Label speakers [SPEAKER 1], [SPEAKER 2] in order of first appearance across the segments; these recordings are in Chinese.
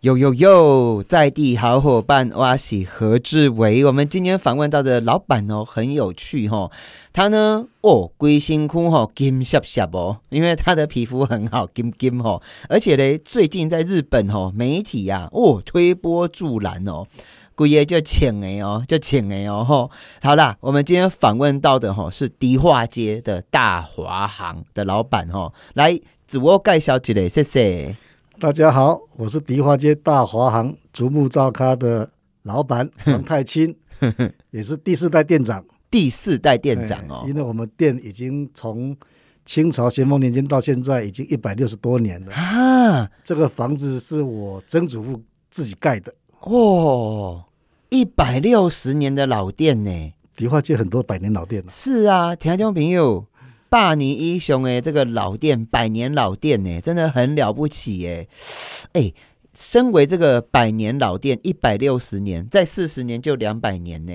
[SPEAKER 1] 哟哟哟！在地好伙伴哇喜何志伟，我们今天访问到的老板哦，很有趣哦。他呢，哦，龟辛苦哦，金闪闪哦，因为他的皮肤很好，金金哦。而且嘞，最近在日本哦，媒体啊，哦，推波助澜哦。古爷就请哎哦，就请哎哦吼。好啦，我们今天访问到的吼是迪化街的大华行的老板吼，来自我介绍一下，谢谢。
[SPEAKER 2] 大家好，我是迪化街大华行竹木造咖的老 板王太清，也是第四代店长。
[SPEAKER 1] 第四代店长哦
[SPEAKER 2] 哎，因为我们店已经从清朝咸丰年间到现在已经一百六十多年了。
[SPEAKER 1] 啊，
[SPEAKER 2] 这个房子是我曾祖父自己盖的。
[SPEAKER 1] 哦，一百六十年的老店呢，
[SPEAKER 2] 迪化街很多百年老店了，
[SPEAKER 1] 是啊，听众朋友，霸尼英雄哎，这个老店百年老店呢，真的很了不起哎，哎。身为这个百年老店，一百六十年，再四十年就两百年呢，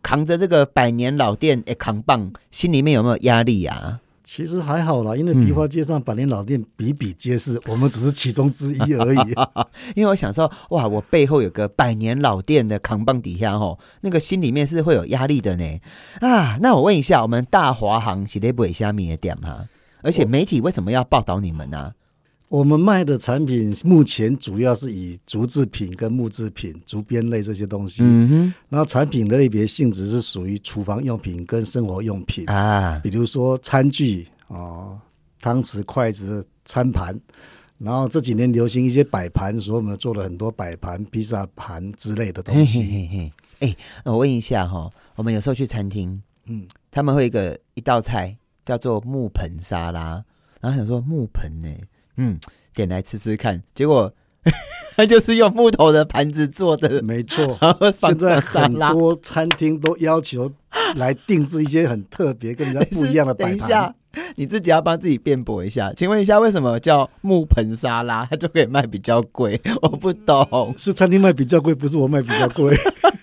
[SPEAKER 1] 扛着这个百年老店，哎，扛棒，心里面有没有压力啊？
[SPEAKER 2] 其实还好啦，因
[SPEAKER 1] 嗯
[SPEAKER 2] 为迪化街上百年老店比比皆是，我们只是其中之一而 已。
[SPEAKER 1] 因为我想说，哇，我背后有个百年老店的扛棒底下吼，那个心里面是会有压力的呢。啊，那我问一下，我们大华行是咧不虾米的店哈？而且媒体为什么要报道你们啊呢、
[SPEAKER 2] 我们卖的产品目前主要是以竹制品跟木制品、竹编类这些东西。
[SPEAKER 1] 嗯
[SPEAKER 2] 然后产品的类别性质是属于厨房用品跟生活用品，
[SPEAKER 1] 哼，啊，
[SPEAKER 2] 比如说餐具哦、汤匙、筷子、餐盘。然后这几年流行一些摆盘，所以我们做了很多摆盘、披萨盘之类的东
[SPEAKER 1] 嘿
[SPEAKER 2] 西。
[SPEAKER 1] 嘿嘿嘿，哎、我问一下哈，我们有时候去餐厅，嗯
[SPEAKER 2] 嗯，
[SPEAKER 1] 他们会有一个一道菜叫做木盆沙拉，然后想说木盆呢、嗯，点来吃吃看，结果 它就是用木头的盘子做的。
[SPEAKER 2] 没错，
[SPEAKER 1] 然后 放
[SPEAKER 2] 现在
[SPEAKER 1] 上沙
[SPEAKER 2] 很
[SPEAKER 1] 拉
[SPEAKER 2] 多餐厅都要求来定制一些很特别、跟人家不一样 的
[SPEAKER 1] 等
[SPEAKER 2] 摆
[SPEAKER 1] 一
[SPEAKER 2] 盘
[SPEAKER 1] 下。，你自己要帮自己辩驳一下。请问一下，为什么叫木盆沙拉 它就可以卖比较贵？ 我不懂。
[SPEAKER 2] 是餐厅卖比较贵，不是我卖比较贵。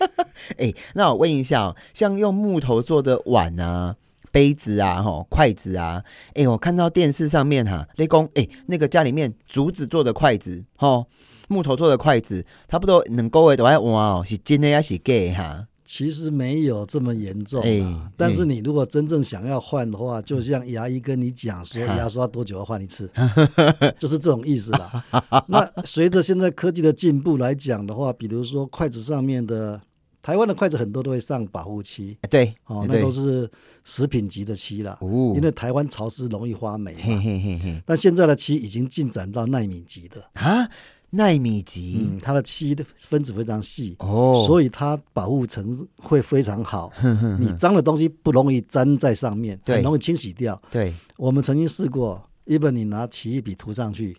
[SPEAKER 1] 哎、那我问一下、哦，像用木头做的碗啊、杯子啊、吼筷子啊，哎、我看到电视上面哈、雷公哎，那个家里面竹子做的筷子，吼木头做的筷子，差不多能够诶都要换哦，是真的还是假的哈？
[SPEAKER 2] 其实没有这么严重啊
[SPEAKER 1] 哎，
[SPEAKER 2] 但是你如果真正想要换的话，就像牙医跟你讲说，
[SPEAKER 1] 啊
[SPEAKER 2] 牙刷多久要换一 次，就是这种意思啦。那随着现在科技的进步来讲的话，比如说筷子上面的，台湾的筷子很多都会上保护漆，
[SPEAKER 1] 哎对，
[SPEAKER 2] 哦，那
[SPEAKER 1] 对
[SPEAKER 2] 都是嗯食品级的漆啦，
[SPEAKER 1] 哦
[SPEAKER 2] 因为台湾潮湿容易发霉
[SPEAKER 1] 嘿
[SPEAKER 2] 嘛。
[SPEAKER 1] 嘿嘿嘿
[SPEAKER 2] 但现在的漆已经进展到纳米级的，
[SPEAKER 1] 啊，纳米级、
[SPEAKER 2] 嗯，它的漆的分子非常细，
[SPEAKER 1] 哦，
[SPEAKER 2] 所以它保护层会非 常好。你脏的东西不容易粘在上面，
[SPEAKER 1] 对
[SPEAKER 2] 很容易清洗掉。
[SPEAKER 1] 对。
[SPEAKER 2] 我们曾经试过，一本你拿奇异笔涂上去，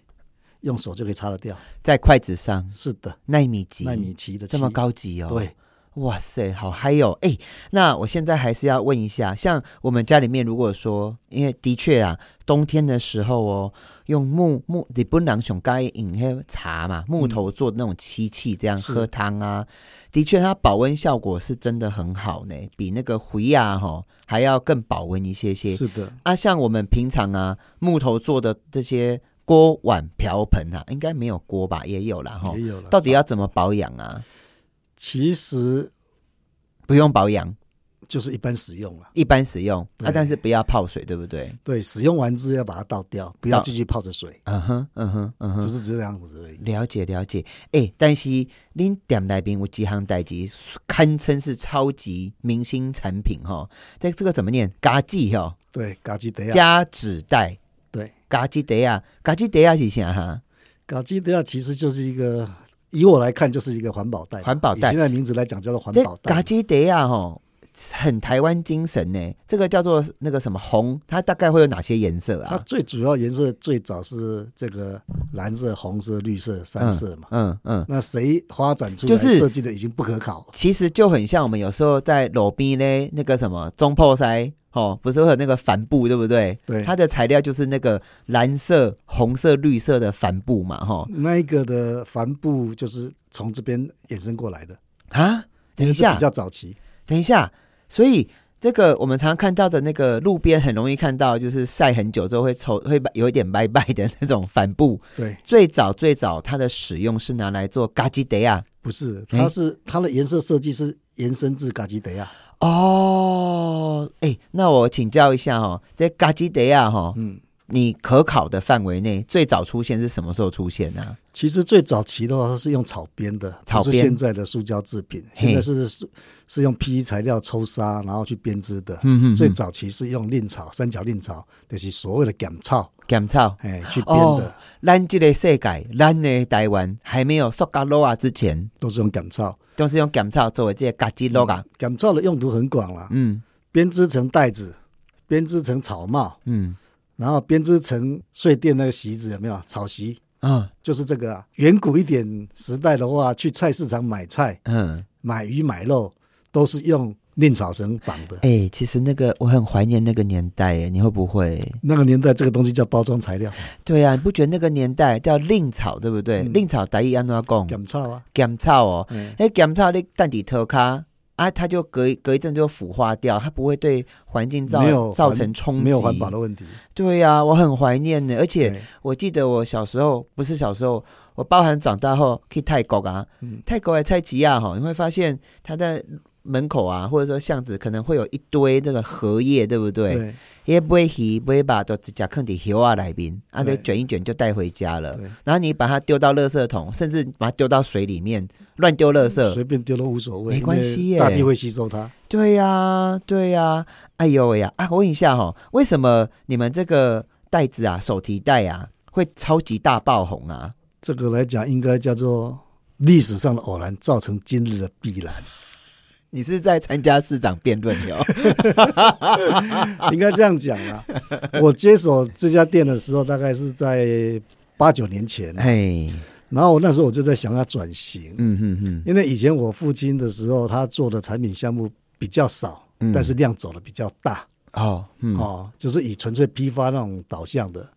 [SPEAKER 2] 用手就可以擦得掉。
[SPEAKER 1] 在筷子上，
[SPEAKER 2] 是的，
[SPEAKER 1] 纳米级，
[SPEAKER 2] 纳米奇的
[SPEAKER 1] 这
[SPEAKER 2] 奇
[SPEAKER 1] 么，高级哦。，
[SPEAKER 2] 对，
[SPEAKER 1] 哇塞，好嗨哦！哎，那我现在还是要问一下，像我们家里面如果说，因为的确啊，冬天的时候哦，用木木日本人熊该饮黑茶嘛，木头做的那种漆器，这样
[SPEAKER 2] 嗯是
[SPEAKER 1] 喝汤啊，的确它保温效果是真的很好呢，比那个回啊哈还要更保温一些些。
[SPEAKER 2] 是的，
[SPEAKER 1] 啊，像我们平常啊，木头做的这些锅碗瓢盆啊，应该没有锅吧，也有啦哈。
[SPEAKER 2] 也有了。
[SPEAKER 1] 哦到底要怎么保养啊？
[SPEAKER 2] 其实
[SPEAKER 1] 不用保养，
[SPEAKER 2] 就是一般使用了。
[SPEAKER 1] 一般使用啊
[SPEAKER 2] 对，
[SPEAKER 1] 但是不要泡水，对不对？
[SPEAKER 2] 对，使用完之后要把它倒掉，不要继续泡着水，
[SPEAKER 1] 嗯哼，嗯哼，嗯
[SPEAKER 2] 就
[SPEAKER 1] 哼，
[SPEAKER 2] 是这样子而已。
[SPEAKER 1] 了解了解。哎，但是恁店内边有几项代志，堪称是超级明星产品哈、哦。这这个怎么念？嘎记哦，
[SPEAKER 2] 对，嘎吉德亚，
[SPEAKER 1] 加纸袋，
[SPEAKER 2] 对，
[SPEAKER 1] 嘎记袋啊，嘎记袋啊是啥哈？
[SPEAKER 2] 嘎吉德亚其实就是一个，以我来看就是一个环保袋。
[SPEAKER 1] 环保袋
[SPEAKER 2] 以现在名字来讲叫做环
[SPEAKER 1] 这
[SPEAKER 2] 保袋
[SPEAKER 1] 嘎。基德亚吼，很台湾精神呢。这个叫做那个什么红，它大概会有哪些颜色
[SPEAKER 2] 它
[SPEAKER 1] 啊？
[SPEAKER 2] 最主要颜色最早是这个蓝色、红色、绿色三色嘛。
[SPEAKER 1] 嗯嗯，
[SPEAKER 2] 那谁发展出
[SPEAKER 1] 就
[SPEAKER 2] 来
[SPEAKER 1] 是
[SPEAKER 2] 设计的已经不可考。
[SPEAKER 1] 其实就很像我们有时候在路边嘞那个什么中破塞哦，不是会有那个帆布对不对？
[SPEAKER 2] 对，
[SPEAKER 1] 它的材料就是那个蓝色、红色、绿色的帆布嘛，吼
[SPEAKER 2] 那一个的帆布就是从这边衍生过来的。
[SPEAKER 1] 啊！等一
[SPEAKER 2] 这
[SPEAKER 1] 下
[SPEAKER 2] 比，较早期，
[SPEAKER 1] 等一下，所以这个我们常常看到的那个路边很容易看到，就是晒很久之后会丑，会有一点白白的那种帆布。
[SPEAKER 2] 对，
[SPEAKER 1] 最早最早它的使用是拿来做嘎吉德亚
[SPEAKER 2] 不是，
[SPEAKER 1] 哎
[SPEAKER 2] 它是它的颜色设计是延伸至嘎吉德亚，
[SPEAKER 1] 哦，哎、那我请教一下哦，这嘎吉德亚哈，
[SPEAKER 2] 嗯。
[SPEAKER 1] 啊你可考的范围内最早出现是什么时候出现啊呢、
[SPEAKER 2] 其实最早期的话是用草编的，
[SPEAKER 1] 草
[SPEAKER 2] 不是
[SPEAKER 1] 编
[SPEAKER 2] 现在的塑胶制品，
[SPEAKER 1] 嘿
[SPEAKER 2] 现在是是是用 PE 材料抽纱然后去编织的。
[SPEAKER 1] 嗯哼哼
[SPEAKER 2] 最早期是用蔺草、三角蔺草，就是所谓的赶草，
[SPEAKER 1] 甘草，
[SPEAKER 2] 哎，去编的、
[SPEAKER 1] 哦咱这个世界，咱的台湾还没有塑胶罗啊之前，
[SPEAKER 2] 都是用赶草。
[SPEAKER 1] 都是用甘草作为这个嘎吉罗啊。
[SPEAKER 2] 赶草的用途很广啦，
[SPEAKER 1] 嗯
[SPEAKER 2] 编织成袋子，编织成草帽，
[SPEAKER 1] 嗯
[SPEAKER 2] 然后编织成睡垫那个席子，有没有？草席
[SPEAKER 1] 啊
[SPEAKER 2] 就是这个啊。远古一点时代的话，去菜市场买菜、
[SPEAKER 1] 嗯，
[SPEAKER 2] 买鱼、买肉，都是用蔺草绳绑的。
[SPEAKER 1] 哎、其实那个我很怀念那个年代，哎，你会不会？
[SPEAKER 2] 那个年代，这个东西叫包装材料，
[SPEAKER 1] 对啊，你不觉得那个年代叫令草对不对？
[SPEAKER 2] 嗯
[SPEAKER 1] 令草台语安怎讲？
[SPEAKER 2] 赶草啊，
[SPEAKER 1] 甘草哦，
[SPEAKER 2] 嗯，
[SPEAKER 1] 哎，甘草你蛋底头卡啊，它就隔一隔一阵就腐化掉，它不会对环境
[SPEAKER 2] 没有
[SPEAKER 1] 造造
[SPEAKER 2] 环
[SPEAKER 1] 成冲击。
[SPEAKER 2] 没有环保的问题。
[SPEAKER 1] 对呀、我很怀念呢。而且
[SPEAKER 2] 哎
[SPEAKER 1] 我记得我小时候，不是小时候，我包含长大后去泰国啊，
[SPEAKER 2] 嗯
[SPEAKER 1] 泰国的菜啊吉亚哈，你会发现它在门口啊，或者说巷子可能会有一堆这个荷叶，对不对？
[SPEAKER 2] 对
[SPEAKER 1] 也不会洗，不会把都直接坑底丢啊来宾，啊，
[SPEAKER 2] 对
[SPEAKER 1] 得卷一卷就带回家了。
[SPEAKER 2] 对
[SPEAKER 1] 然后你把它丢到垃圾桶，甚至把它丢到水里面，乱丢垃圾。
[SPEAKER 2] 随便丢都无所谓，
[SPEAKER 1] 呃没关系
[SPEAKER 2] 因为
[SPEAKER 1] 耶
[SPEAKER 2] 大地会吸收它。
[SPEAKER 1] 对呀、对呀、哎呦喂呀！啊，我问一下哈、哦，为什么你们这个袋子啊，手提袋啊，会超级大爆红啊？
[SPEAKER 2] 这个来讲，应该叫做历史上的偶然造成今日的必然，
[SPEAKER 1] 你是在参加市长辩论 哟？
[SPEAKER 2] 应该这样讲啊。我接手这家店的时候，大概是在八九年前，
[SPEAKER 1] 嘿，
[SPEAKER 2] 然后我那时候我就在想要转型，
[SPEAKER 1] 嗯哼哼，
[SPEAKER 2] 因为以前我父亲的时候，他做的产品项目比较少，
[SPEAKER 1] 嗯
[SPEAKER 2] 但是量走的比较大。
[SPEAKER 1] 哦，嗯，
[SPEAKER 2] 哦，就是以纯粹批发那种导向的。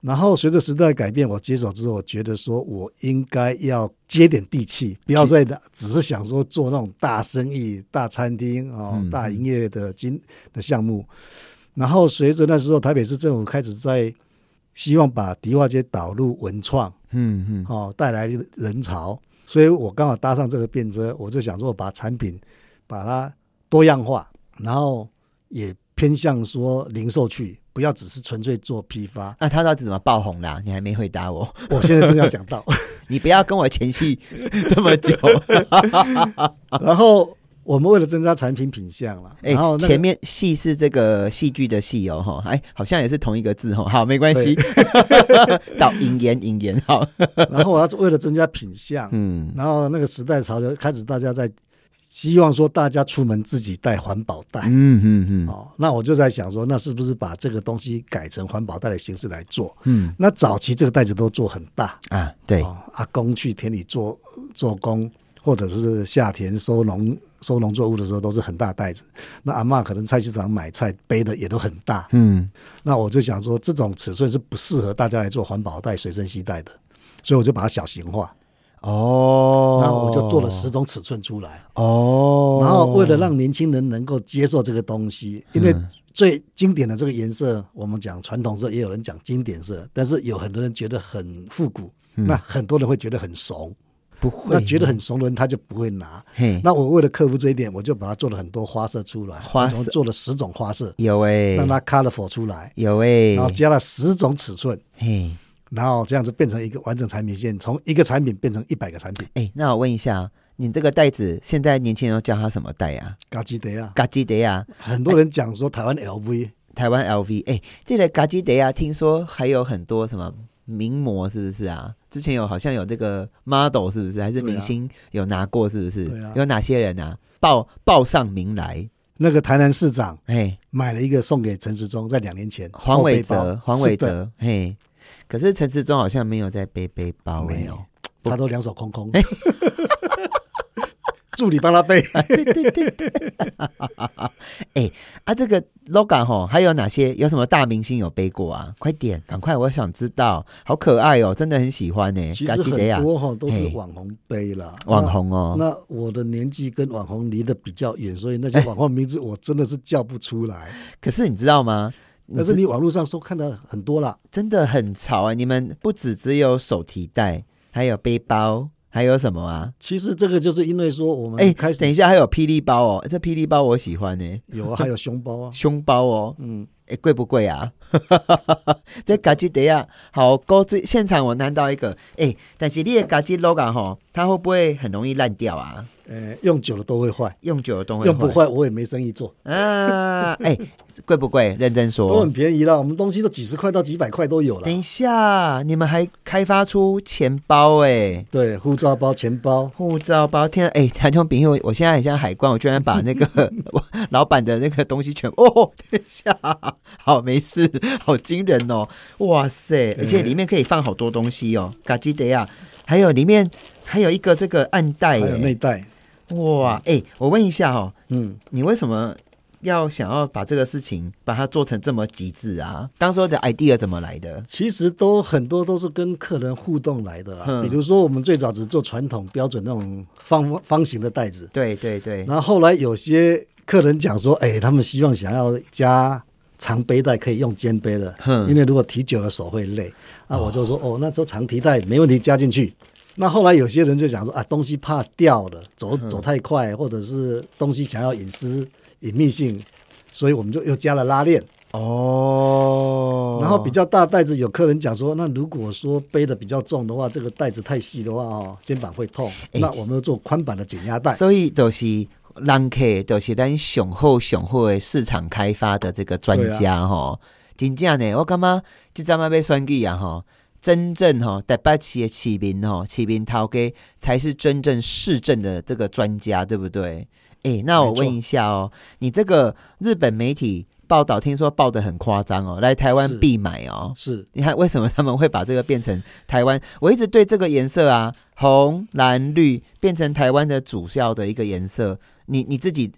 [SPEAKER 2] 然后随着时代改变，我接手之后，我觉得说我应该要接点地气，不要再只是想说做那种大生意、大餐厅哦、
[SPEAKER 1] 嗯
[SPEAKER 2] 大营业的经的项目。然后随着那时候台北市政府开始在希望把迪化街导入文创
[SPEAKER 1] 嗯嗯，。
[SPEAKER 2] 哦，带来人潮，所以我刚好搭上这个便车，我就想说把产品把它多样化，然后也偏向说零售去，不要只是纯粹做批 发
[SPEAKER 1] 那、他到底怎么爆红啦、你还没回答我，
[SPEAKER 2] 我现在正要讲 到，
[SPEAKER 1] 你不要跟我前戏 这么久。
[SPEAKER 2] 然后我们为了增加产品品相了，
[SPEAKER 1] 哎、
[SPEAKER 2] 然后、那个
[SPEAKER 1] 前面戏是这个戏剧的戏哦，哈，哎，好像也是同一个字哦，好，没关系。 到引言引言，好，
[SPEAKER 2] 然后我要为了增加品相，
[SPEAKER 1] 嗯，
[SPEAKER 2] 然后那个时代潮流开始，大家在希望说大家出门自己带环保袋。
[SPEAKER 1] 嗯嗯嗯
[SPEAKER 2] 哦，那我就在想说，那是不是把这个东西改成环保袋的形式来做？
[SPEAKER 1] 嗯
[SPEAKER 2] 那早期这个袋子都做很大，
[SPEAKER 1] 啊，对，
[SPEAKER 2] 哦，阿公去田里做做工，或者是下田收农收农作物的时候，都是很大袋子。那阿嬷可能菜市场买菜背的也都很大。
[SPEAKER 1] 嗯。
[SPEAKER 2] 那我就想说，这种尺寸是不适合大家来做环保袋、随身携带的，所以我就把它小型化。
[SPEAKER 1] 哦，
[SPEAKER 2] 然后我就做了十种尺寸出来。
[SPEAKER 1] 哦，
[SPEAKER 2] 然后为了让年轻人能够接受这个东西，
[SPEAKER 1] 嗯
[SPEAKER 2] 因为最经典的这个颜色，我们讲传统色，也有人讲经典色，但是有很多人觉得很复古，那很多人会觉得很怂。
[SPEAKER 1] 不嗯会
[SPEAKER 2] 那觉得很怂的人，他就不会拿。
[SPEAKER 1] 嘿，
[SPEAKER 2] 那我为了克服这一点，我就把它做了很多花色出来，
[SPEAKER 1] 嗯花
[SPEAKER 2] 我
[SPEAKER 1] 色
[SPEAKER 2] 总共做了十种花色，
[SPEAKER 1] 有哎、
[SPEAKER 2] 让它 colorful 出来，
[SPEAKER 1] 有哎、
[SPEAKER 2] 然后加了十种尺寸，
[SPEAKER 1] 嘿
[SPEAKER 2] 然后这样子变成一个完整产品线，从一个产品变成一百个产品。
[SPEAKER 1] 哎、那我问一下，你这个袋子现在年轻人都叫它什么袋啊？
[SPEAKER 2] 嘎吉德啊，
[SPEAKER 1] 嘎吉德亚，
[SPEAKER 2] 很多人讲说台湾 LV
[SPEAKER 1] 台湾 LV，哎、这个嘎吉德亚听说还有很多什么名模是不是啊？之前有好像有这个 model 是不是？还是
[SPEAKER 2] 对啊
[SPEAKER 1] 明星有拿过是不是？
[SPEAKER 2] 对啊
[SPEAKER 1] 有哪些人啊？报报上名来，
[SPEAKER 2] 那个台南市长
[SPEAKER 1] 哎、
[SPEAKER 2] 买了一个送给陈时中，在两年前
[SPEAKER 1] 黄伟哲，
[SPEAKER 2] 后
[SPEAKER 1] 黄
[SPEAKER 2] 背包
[SPEAKER 1] 伟
[SPEAKER 2] 是的
[SPEAKER 1] 哲，嘿，可是陈志忠好像没有在背背包、欸，
[SPEAKER 2] 没有，
[SPEAKER 1] 我
[SPEAKER 2] 他都两手空空， 助理帮他背。
[SPEAKER 1] 哎啊对对对对， 哎啊，这个 LOGA 吼，还有哪些有什么大明星有背过啊？快点，赶快，我想知道，好可爱哦，真的很喜欢呢。
[SPEAKER 2] 其实
[SPEAKER 1] 嘎吉德亚
[SPEAKER 2] 很多哈都是
[SPEAKER 1] 嘿
[SPEAKER 2] 网红背啦，
[SPEAKER 1] 网红哦，
[SPEAKER 2] 那我的年纪跟网红离得比较远，所以那
[SPEAKER 1] 哎
[SPEAKER 2] 些网红名字我真的是叫不出来。
[SPEAKER 1] 可是你知道吗？
[SPEAKER 2] 但是你网络上搜看到很多啦，
[SPEAKER 1] 真的很潮啊！你们不只只有手提袋，还有背包，还有什么啊？
[SPEAKER 2] 其实这个就是因为说我
[SPEAKER 1] 哎、
[SPEAKER 2] 们开
[SPEAKER 1] 等
[SPEAKER 2] 始
[SPEAKER 1] 一下，还有霹雳包哦，这霹雳包我喜欢呢、，
[SPEAKER 2] 有啊，还有熊包 啊
[SPEAKER 1] 胸包哦，
[SPEAKER 2] 嗯，
[SPEAKER 1] 哎、贵不贵啊？ 这嘎吉德亚好高最现场我拿到一个，哎、但是你的嘎吉 logo 吼，它会不会很容易烂掉啊？
[SPEAKER 2] 呃，用久了都会坏，
[SPEAKER 1] 用久了都会
[SPEAKER 2] 用不坏我也没生意做，
[SPEAKER 1] 啊？哎、贵不贵？认真
[SPEAKER 2] 都
[SPEAKER 1] 说
[SPEAKER 2] 很。便宜啦，我们东西都几十块到几百块都有了
[SPEAKER 1] 等。一下，你们还开发出钱包哎、
[SPEAKER 2] 对，护照包、钱包，
[SPEAKER 1] 护照包，天啊！哎、台中朋友，我现在很像海关，我居然把那 个我老板的那个东西全哦，等一下，好没事，好惊人哦！哇塞，而且里面可以放好多东西哦，嘎吉德亚，还有里面还有一个这个暗袋
[SPEAKER 2] 还
[SPEAKER 1] 耶
[SPEAKER 2] 有内袋，
[SPEAKER 1] 哇！哎、我问一下哦，
[SPEAKER 2] 嗯，
[SPEAKER 1] 你为什么要想要把这个事情把它做成这么极致啊？当时候的 idea 怎么来的？
[SPEAKER 2] 其实都很多都是跟客人互动来的啦。
[SPEAKER 1] 嗯
[SPEAKER 2] 比如说我们最早只做传统标准那种方方形的袋子，
[SPEAKER 1] 对对对，
[SPEAKER 2] 然后后来有些客人讲说，哎，他们希望想要加长背带，可以用肩背的，
[SPEAKER 1] 哼
[SPEAKER 2] 因为如果提久了手会累。那我就说，哦，那时候长提带没问题，加进去。那后来有些人就讲说啊，东西怕掉了，走
[SPEAKER 1] 嗯
[SPEAKER 2] 走太快，或者是东西想要隐私隐秘性，所以我们就又加了拉链。
[SPEAKER 1] 哦
[SPEAKER 2] 然后比较大袋子，有客人讲说，那如果说背的比较重的话，这个袋子太细的话哦，肩膀会痛。
[SPEAKER 1] 哎
[SPEAKER 2] 那我们要做宽版的减压带。
[SPEAKER 1] 所以就是人客，就是咱雄厚雄厚的市场开发的这个专
[SPEAKER 2] 啊
[SPEAKER 1] 家吼、真正呢，我感觉即阵啊要选举啊吼，真正吼、台北市的市民吼、市民头家才是真正市政的这个专家，对不对？诶，那我
[SPEAKER 2] 没错
[SPEAKER 1] 问一下哦，你这个日本媒体报道，听说报的很夸张哦，来台湾
[SPEAKER 2] 是
[SPEAKER 1] 必买哦。
[SPEAKER 2] 是
[SPEAKER 1] 你看为 什么他们会把这个变成台湾？我一直对这个颜色啊，红、蓝、绿变成台湾的主要的一个颜色。你你自己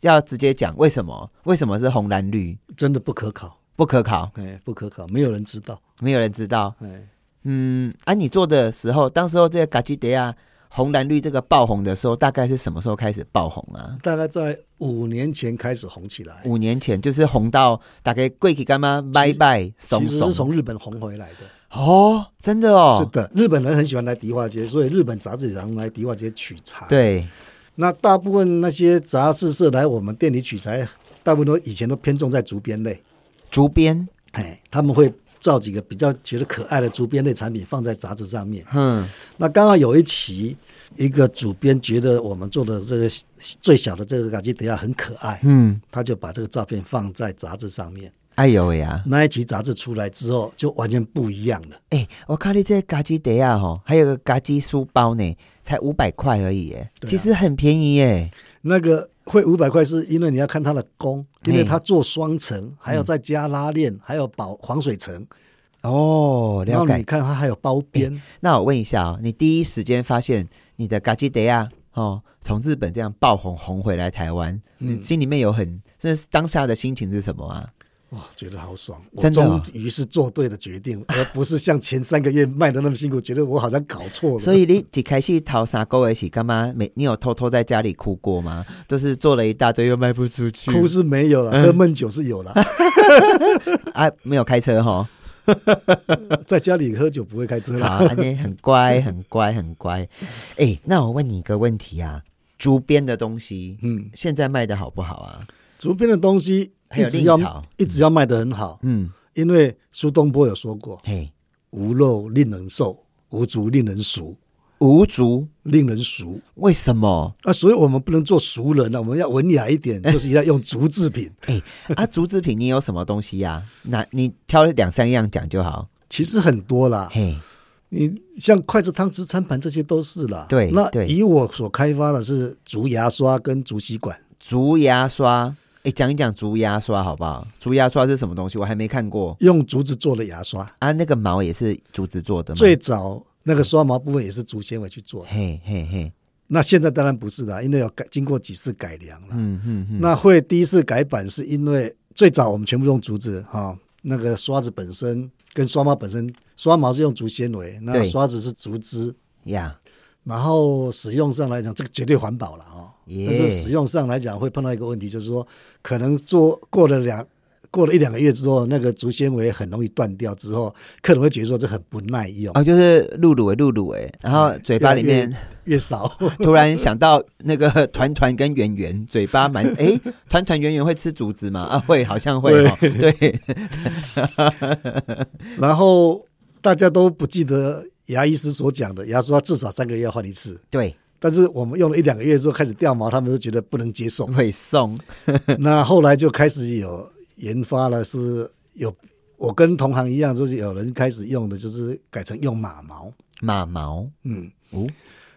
[SPEAKER 1] 要直接讲为什么？为什么是红、蓝、绿？
[SPEAKER 2] 真的不可考，
[SPEAKER 1] 不可考，
[SPEAKER 2] 哎，不可考，没有人知道，
[SPEAKER 1] 没有人知道。
[SPEAKER 2] 哎，
[SPEAKER 1] 嗯，啊，你做的时候，当时候这个嘎吉德亚红、蓝、绿这个爆红的时候，大概是什么时候开始爆红啊？
[SPEAKER 2] 大概在五年前开始红起来，
[SPEAKER 1] 五年前就是红到大概贵起干妈拜拜怂
[SPEAKER 2] 其实是
[SPEAKER 1] 怂
[SPEAKER 2] 从日本红回来的。
[SPEAKER 1] 哦，真的哦，
[SPEAKER 2] 是的，日本人很喜欢来迪化街，所以日本杂志常来迪化街取材。，
[SPEAKER 1] 对，
[SPEAKER 2] 那大部分那些杂志社来我们店里取材，大部分都以前都偏重在竹编类，
[SPEAKER 1] 竹编，
[SPEAKER 2] 哎，他们会。造几个比较觉得可爱的竹编类产品放在杂志上面。
[SPEAKER 1] 哼、
[SPEAKER 2] 那刚好有一期，一个主编觉得我们做的这个最小的这个嘎吉德亚很可爱，
[SPEAKER 1] 嗯。
[SPEAKER 2] 他就把这个照片放在杂志上面。
[SPEAKER 1] 哎呦喂呀、
[SPEAKER 2] 那一期杂志出来之后，就完全不一样了。
[SPEAKER 1] 哎、我看你这嘎吉德啊，吼，还有个嘎吉书包呢，才五百块而已，哎、
[SPEAKER 2] 对啊
[SPEAKER 1] 其实很便宜耶。
[SPEAKER 2] 那个会五百块，是因为你要看它的工，因为
[SPEAKER 1] 嘿
[SPEAKER 2] 它做双层，还要再加拉链，还有保防水层，
[SPEAKER 1] 哦，
[SPEAKER 2] 然
[SPEAKER 1] 了
[SPEAKER 2] 后你
[SPEAKER 1] 解。
[SPEAKER 2] 看它还有包边。
[SPEAKER 1] 那我问一下哦，你第一时间发现你的嘎吉德啊，哦，从日本这样爆红红回来台湾，你心里面有很，这是当下的心情是什么啊？
[SPEAKER 2] 哇，觉得好爽！我
[SPEAKER 1] 真的
[SPEAKER 2] 终
[SPEAKER 1] 哦
[SPEAKER 2] 于是做对了 决定，而不是像前三个月卖的那么辛苦，觉得我好像搞错了。
[SPEAKER 1] 所以你一开始淘沙沟一起干嘛？没，你有偷偷在家里哭过吗？就是做了一大堆又卖不出去，
[SPEAKER 2] 哭是没有
[SPEAKER 1] 嗯
[SPEAKER 2] 了，喝闷酒是有了，
[SPEAKER 1] 啊，没有开车哈。
[SPEAKER 2] 在家里喝酒不会开车啦。
[SPEAKER 1] 好，安妮很乖，很乖，很乖。哎、那我问你一个问题啊，竹编的东西，
[SPEAKER 2] 嗯，
[SPEAKER 1] 现在卖的好不好啊？
[SPEAKER 2] 竹编的东西
[SPEAKER 1] 还
[SPEAKER 2] 一
[SPEAKER 1] 有
[SPEAKER 2] 直
[SPEAKER 1] 令
[SPEAKER 2] 要
[SPEAKER 1] 草，
[SPEAKER 2] 一直要卖得很好，
[SPEAKER 1] 嗯，
[SPEAKER 2] 因为苏东坡有说过
[SPEAKER 1] 嘿，
[SPEAKER 2] “无肉令人瘦，无竹令人熟，
[SPEAKER 1] 无竹
[SPEAKER 2] 令人俗
[SPEAKER 1] 为什么”。
[SPEAKER 2] 啊，所以我们不能做俗人啊了、我们要文雅一点，
[SPEAKER 1] 哎
[SPEAKER 2] 就是要用竹制品。
[SPEAKER 1] 啊？竹制品你有什么东西呀、那你挑两三样讲就好。
[SPEAKER 2] 其实很多啦，
[SPEAKER 1] 嘿，
[SPEAKER 2] 你像筷子、汤匙、餐盘这些都是啦。
[SPEAKER 1] 对
[SPEAKER 2] 那
[SPEAKER 1] 对
[SPEAKER 2] 以我所开发的是竹牙刷跟竹吸管。
[SPEAKER 1] 竹牙刷，哎、讲一讲竹牙刷好不好？竹牙刷是什么东西？我还没看过
[SPEAKER 2] 用竹子做的牙刷，
[SPEAKER 1] 啊。那个毛也是竹子做的吗？
[SPEAKER 2] 最早那个刷毛部分也是竹纤维去做的。
[SPEAKER 1] 嘿嘿嘿，
[SPEAKER 2] 那现在当然不是了，因为有改经过几次改良了。
[SPEAKER 1] 嗯嗯嗯，
[SPEAKER 2] 那会第一次改版是因为最早我们全部用竹子哈、那个刷子本身跟刷毛本身，刷毛是用竹纤维，那
[SPEAKER 1] 对
[SPEAKER 2] 刷子是竹枝，
[SPEAKER 1] 呀，
[SPEAKER 2] 然后使用上来讲，这个绝对环保了啊、
[SPEAKER 1] 耶
[SPEAKER 2] 但是使用上来讲，会碰到一个问题，就是说，可能做过了两过了一两个月之后，那个竹纤维很容易断掉，之后客人会觉得说这很不耐用，
[SPEAKER 1] 哦，就是露乳诶，露乳诶，然后嘴巴里面
[SPEAKER 2] 越少
[SPEAKER 1] 突然想到那个团团跟圆圆，嘴巴 蛮诶，团团圆圆会吃竹子吗？啊，会，好像会哦，对，
[SPEAKER 2] 然后大家都不记得牙医师所讲的，牙刷至少三个月要换一次。
[SPEAKER 1] 对，
[SPEAKER 2] 但是我们用了一两个月之后开始掉毛，他们都觉得不能 接受。
[SPEAKER 1] 会送，
[SPEAKER 2] 那后来就开始有研发了，是有我跟同行一样，就是有人开始用的，就是改成用马毛。
[SPEAKER 1] 马毛，
[SPEAKER 2] 嗯，
[SPEAKER 1] 哦，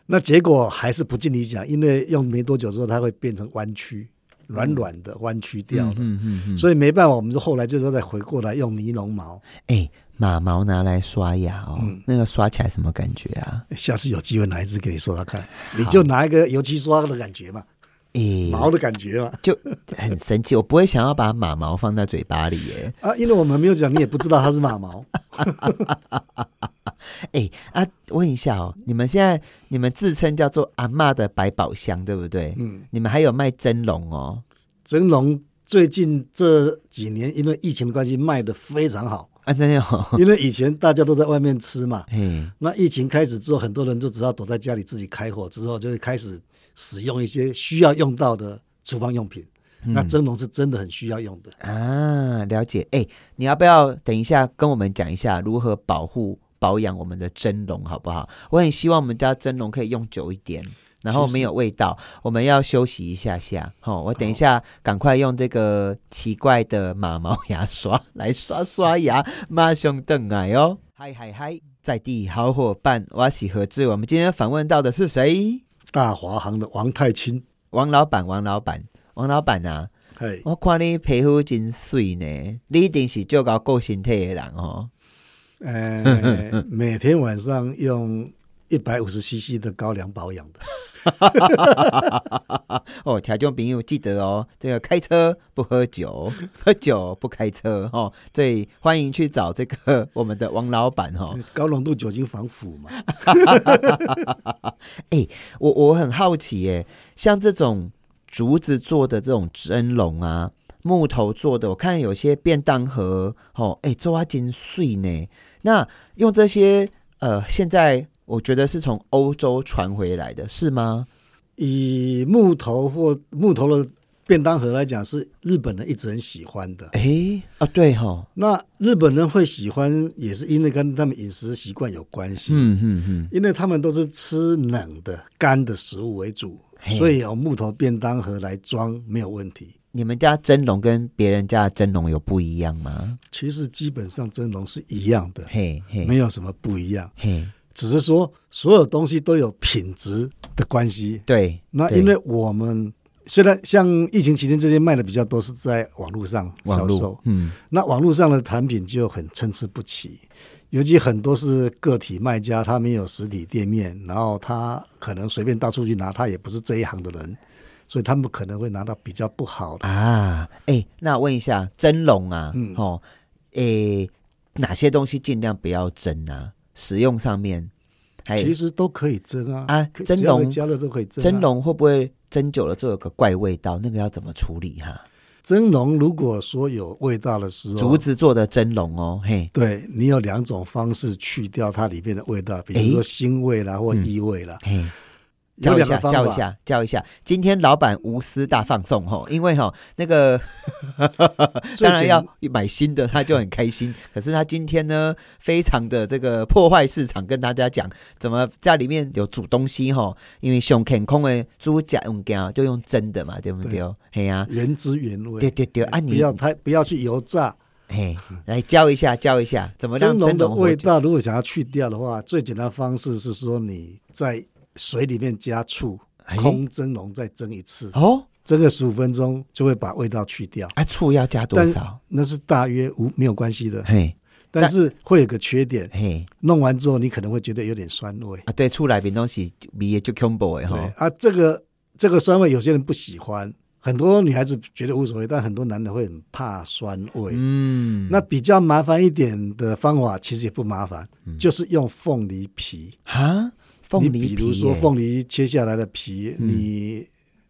[SPEAKER 2] 那结果还是不尽理想，因为用没多久之后，它会变成弯曲，软软的弯曲掉了。
[SPEAKER 1] 嗯嗯嗯，
[SPEAKER 2] 所以没办法，我们就后来就是再回过来用尼龙毛。
[SPEAKER 1] 哎，马毛拿来刷牙哦，
[SPEAKER 2] 嗯
[SPEAKER 1] 那个刷起来什么感觉啊？
[SPEAKER 2] 下次有机会拿一支给你刷刷看，你就拿一个油漆刷的感觉嘛，
[SPEAKER 1] 诶，
[SPEAKER 2] 毛的感觉嘛。
[SPEAKER 1] 就很神奇，我不会想要把马毛放在嘴巴里耶。
[SPEAKER 2] 啊，因为我们没有讲，你也不知道它是马 毛。
[SPEAKER 1] 哎啊，问一下哦，你们现在你们自称叫做阿嬷的百宝箱，对不对？
[SPEAKER 2] 嗯，
[SPEAKER 1] 你们还有卖蒸笼哦。
[SPEAKER 2] 蒸笼最近这几年因为疫情的关系卖的非常好，
[SPEAKER 1] 啊，真的 哦，
[SPEAKER 2] 因为以前大家都在外面吃嘛，
[SPEAKER 1] 嘿，
[SPEAKER 2] 那疫情开始之后，很多人就只好躲在家里自己开火，之后就会开始使用一些需要用到的厨房用品。那蒸笼是真的很需要用的。
[SPEAKER 1] 啊，了解。哎、你要不要等一下跟我们讲一下如何保护保养我们的蒸笼，好不好？我很希望我们家蒸笼可以用久一点，然后
[SPEAKER 2] 其实
[SPEAKER 1] 没有味道。我们要休息一下下，哦，我等一下赶快用这个奇怪的马毛牙刷来刷刷牙，马上邓来哦。嗨嗨嗨，在地好伙伴，我是何志。我们今天访问到的是谁？
[SPEAKER 2] 大华行的王太清，
[SPEAKER 1] 王老板，王老板，王老板啊。
[SPEAKER 2] 嘿，
[SPEAKER 1] 我看你皮肤真水呢，你一定是足够顾身体的人哦。
[SPEAKER 2] 呃，每天晚上用一百五十 CC 的高粱保养的。
[SPEAKER 1] 哦，听众朋友记得哦，这个开车不喝酒， 喝酒不开车哦。所以欢迎去找这个我们的王老板哦。
[SPEAKER 2] 高浓度酒精防腐嘛，
[SPEAKER 1] 我我很好奇耶，像这种竹子做的这种蒸笼啊，木头做的，我看有些便当盒哦，哎，做啊真碎呢。那用这些呃，现在我觉得是从欧洲传回来的，是吗？
[SPEAKER 2] 以木头或木头的便当盒来讲，是日本人一直很喜欢的。
[SPEAKER 1] 诶，啊，对哈、
[SPEAKER 2] 那日本人会喜欢，也是因为跟他们饮食习惯有关系。
[SPEAKER 1] 嗯嗯嗯，
[SPEAKER 2] 因为他们都是吃冷的、干的食物为主，
[SPEAKER 1] 嘿
[SPEAKER 2] 所以有木头便当盒来装没有问题。
[SPEAKER 1] 你们家蒸笼跟别人家的蒸笼有不一样吗？
[SPEAKER 2] 其实基本上蒸笼是一样的，
[SPEAKER 1] 嘿嘿
[SPEAKER 2] 没有什么不一样，
[SPEAKER 1] 嘿，
[SPEAKER 2] 只是说所有东西都有品质的关系。
[SPEAKER 1] 对，
[SPEAKER 2] 那
[SPEAKER 1] 对
[SPEAKER 2] 因为我们虽然像疫情期间这些卖的比较多是在网络上
[SPEAKER 1] 网
[SPEAKER 2] 销
[SPEAKER 1] 络
[SPEAKER 2] 售，，
[SPEAKER 1] 嗯，
[SPEAKER 2] 那网络上的产品就很参差不齐，尤其很多是个体卖家，他没有实体店面，然后他可能随便到处去拿，他也不是这一行的人，所以他们可能会拿到比较不好的。
[SPEAKER 1] 啊，哎，那问一下蒸笼啊，
[SPEAKER 2] 嗯
[SPEAKER 1] 哦，诶，哪些东西尽量不要蒸啊？使用上面，还有
[SPEAKER 2] 其实都可以蒸啊，
[SPEAKER 1] 哎啊
[SPEAKER 2] 可以
[SPEAKER 1] 蒸
[SPEAKER 2] 只要
[SPEAKER 1] 笼
[SPEAKER 2] 有加热都可以蒸、啊。
[SPEAKER 1] 蒸笼会不会蒸久了就有个怪味道？那个要怎么处理哈、
[SPEAKER 2] 蒸笼如果说有啊味道的时候，
[SPEAKER 1] 竹子做的蒸笼哦，嘿，
[SPEAKER 2] 对你有两种方式去掉它里面的味道，比
[SPEAKER 1] 诶嗯
[SPEAKER 2] 如说腥味啦或异味啦，
[SPEAKER 1] 嘿。
[SPEAKER 2] 有
[SPEAKER 1] 叫一
[SPEAKER 2] 两
[SPEAKER 1] 下，
[SPEAKER 2] 个方
[SPEAKER 1] 叫一
[SPEAKER 2] 法。
[SPEAKER 1] 下，叫一下！今天老板无私大放送吼，因为吼那个
[SPEAKER 2] 最
[SPEAKER 1] 当然
[SPEAKER 2] 简
[SPEAKER 1] 要买新的，他就很开心。 可是他今天呢，非常的这个破坏市场，跟大家讲怎么家里面有煮东西吼，因为熊啃空的猪脚用干就用蒸的嘛，对不对？嘿啊呀、
[SPEAKER 2] 原汁原
[SPEAKER 1] 对
[SPEAKER 2] 味，
[SPEAKER 1] 对对，啊
[SPEAKER 2] 不
[SPEAKER 1] 你
[SPEAKER 2] 要太不要去油炸。
[SPEAKER 1] 嘿来教一下教一下，怎么让
[SPEAKER 2] 蒸笼的
[SPEAKER 1] 活
[SPEAKER 2] 味
[SPEAKER 1] 久
[SPEAKER 2] 道，如果想要去掉的话，最简单的方式是说你在水里面加醋
[SPEAKER 1] 哎，
[SPEAKER 2] 空蒸笼再蒸一次，
[SPEAKER 1] 哦？
[SPEAKER 2] 蒸个十五分钟就会把味道去掉。
[SPEAKER 1] 啊醋要加多
[SPEAKER 2] 但
[SPEAKER 1] 少？哎
[SPEAKER 2] 那是大约无没有关系的，
[SPEAKER 1] 嘿，
[SPEAKER 2] 但是会有个缺点，
[SPEAKER 1] 嘿
[SPEAKER 2] 弄完之后你可能会觉得有点酸味。
[SPEAKER 1] 啊，对，厝内面拢是味的就 combo 的吼，
[SPEAKER 2] 对啊，这个这个酸味有些人不喜欢，很多女孩子觉得无所谓，但很多男的会很怕酸味。
[SPEAKER 1] 嗯，
[SPEAKER 2] 那比较麻烦一点的方法，其实也不麻烦，就是用凤梨皮。
[SPEAKER 1] 哈，嗯凤梨皮
[SPEAKER 2] 你
[SPEAKER 1] 耶，嗯
[SPEAKER 2] 比如说凤梨切下来的皮，你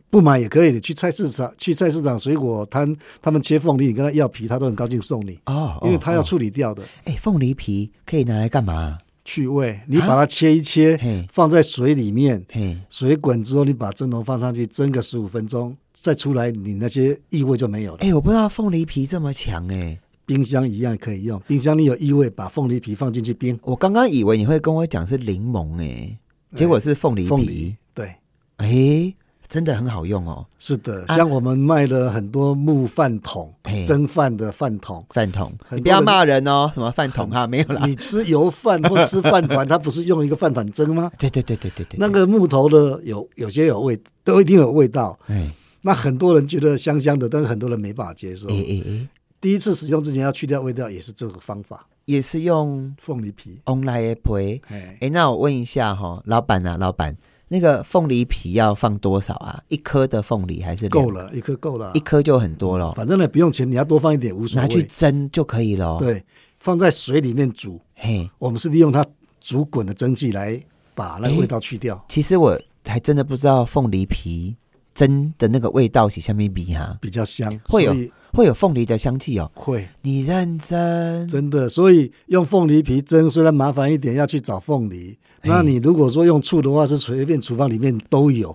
[SPEAKER 2] 不买也可以，你去菜市场去菜市场水果摊，他们切凤梨，你跟他要皮，他都很高兴送你，
[SPEAKER 1] 哦，
[SPEAKER 2] 因为
[SPEAKER 1] 哦
[SPEAKER 2] 他要处理掉的
[SPEAKER 1] 哎，凤梨皮可以拿来干嘛？
[SPEAKER 2] 去味。你把它切一切
[SPEAKER 1] 啊嘿，
[SPEAKER 2] 放在水里面，
[SPEAKER 1] 嘿，
[SPEAKER 2] 水滚之后，你把蒸笼放上去蒸个十五分钟，再出来，你那些异味就没有了。
[SPEAKER 1] 哎，我不知道凤梨皮这么强哎，
[SPEAKER 2] 冰箱一样可以用，冰箱你有异味，把凤梨皮放进去冰，
[SPEAKER 1] 我刚刚以为你会跟我讲是柠檬哎，结果是凤梨
[SPEAKER 2] 凤
[SPEAKER 1] 皮
[SPEAKER 2] 梨，对。
[SPEAKER 1] 哎，真的很好用哦，
[SPEAKER 2] 是的，
[SPEAKER 1] 啊
[SPEAKER 2] 像我们卖了很多木饭桶
[SPEAKER 1] 嘿，
[SPEAKER 2] 蒸饭的饭桶，
[SPEAKER 1] 饭桶，
[SPEAKER 2] 很
[SPEAKER 1] 你
[SPEAKER 2] 多
[SPEAKER 1] 不要
[SPEAKER 2] 人
[SPEAKER 1] 骂人哦，什么饭桶哈，没有啦，
[SPEAKER 2] 你吃油饭或吃饭团，它不是用一个饭团蒸吗？
[SPEAKER 1] 对对对对 对对，
[SPEAKER 2] 那个木头的有有些有味，都一定有味道。
[SPEAKER 1] 哎
[SPEAKER 2] 那很多人觉得香香的，但是很多人没办法接受
[SPEAKER 1] 哎。哎哎，
[SPEAKER 2] 第一次使用之前要去掉味道，也是这个方法，
[SPEAKER 1] 也是用
[SPEAKER 2] 凤梨皮。
[SPEAKER 1] online 的皮。
[SPEAKER 2] 哎，
[SPEAKER 1] 哎，那我问一下哈、老板啊，老板，那个凤梨皮要放多少啊？一颗的凤梨还是两
[SPEAKER 2] 够，了，一颗够了
[SPEAKER 1] 一，颗就很多了，
[SPEAKER 2] 反正呢不用钱，你要多放一点无所
[SPEAKER 1] 拿去
[SPEAKER 2] 谓。
[SPEAKER 1] 蒸就可以了。，
[SPEAKER 2] 对，放在水里面煮，
[SPEAKER 1] 嘿，
[SPEAKER 2] 我们是利用它煮滚的蒸汽来把
[SPEAKER 1] 哎
[SPEAKER 2] 那个味道去掉，
[SPEAKER 1] 其实我还真的不知道凤梨皮蒸的那个味道是下面比哈，
[SPEAKER 2] 比较香。
[SPEAKER 1] 会有
[SPEAKER 2] 所以
[SPEAKER 1] 啊会有凤梨的香气哦。
[SPEAKER 2] 会。
[SPEAKER 1] 你认真，
[SPEAKER 2] 真的，所以用凤梨皮蒸虽然麻烦一点，要去找凤梨。
[SPEAKER 1] 嘿
[SPEAKER 2] 那你如果说用醋的话，是随便厨房里面都有。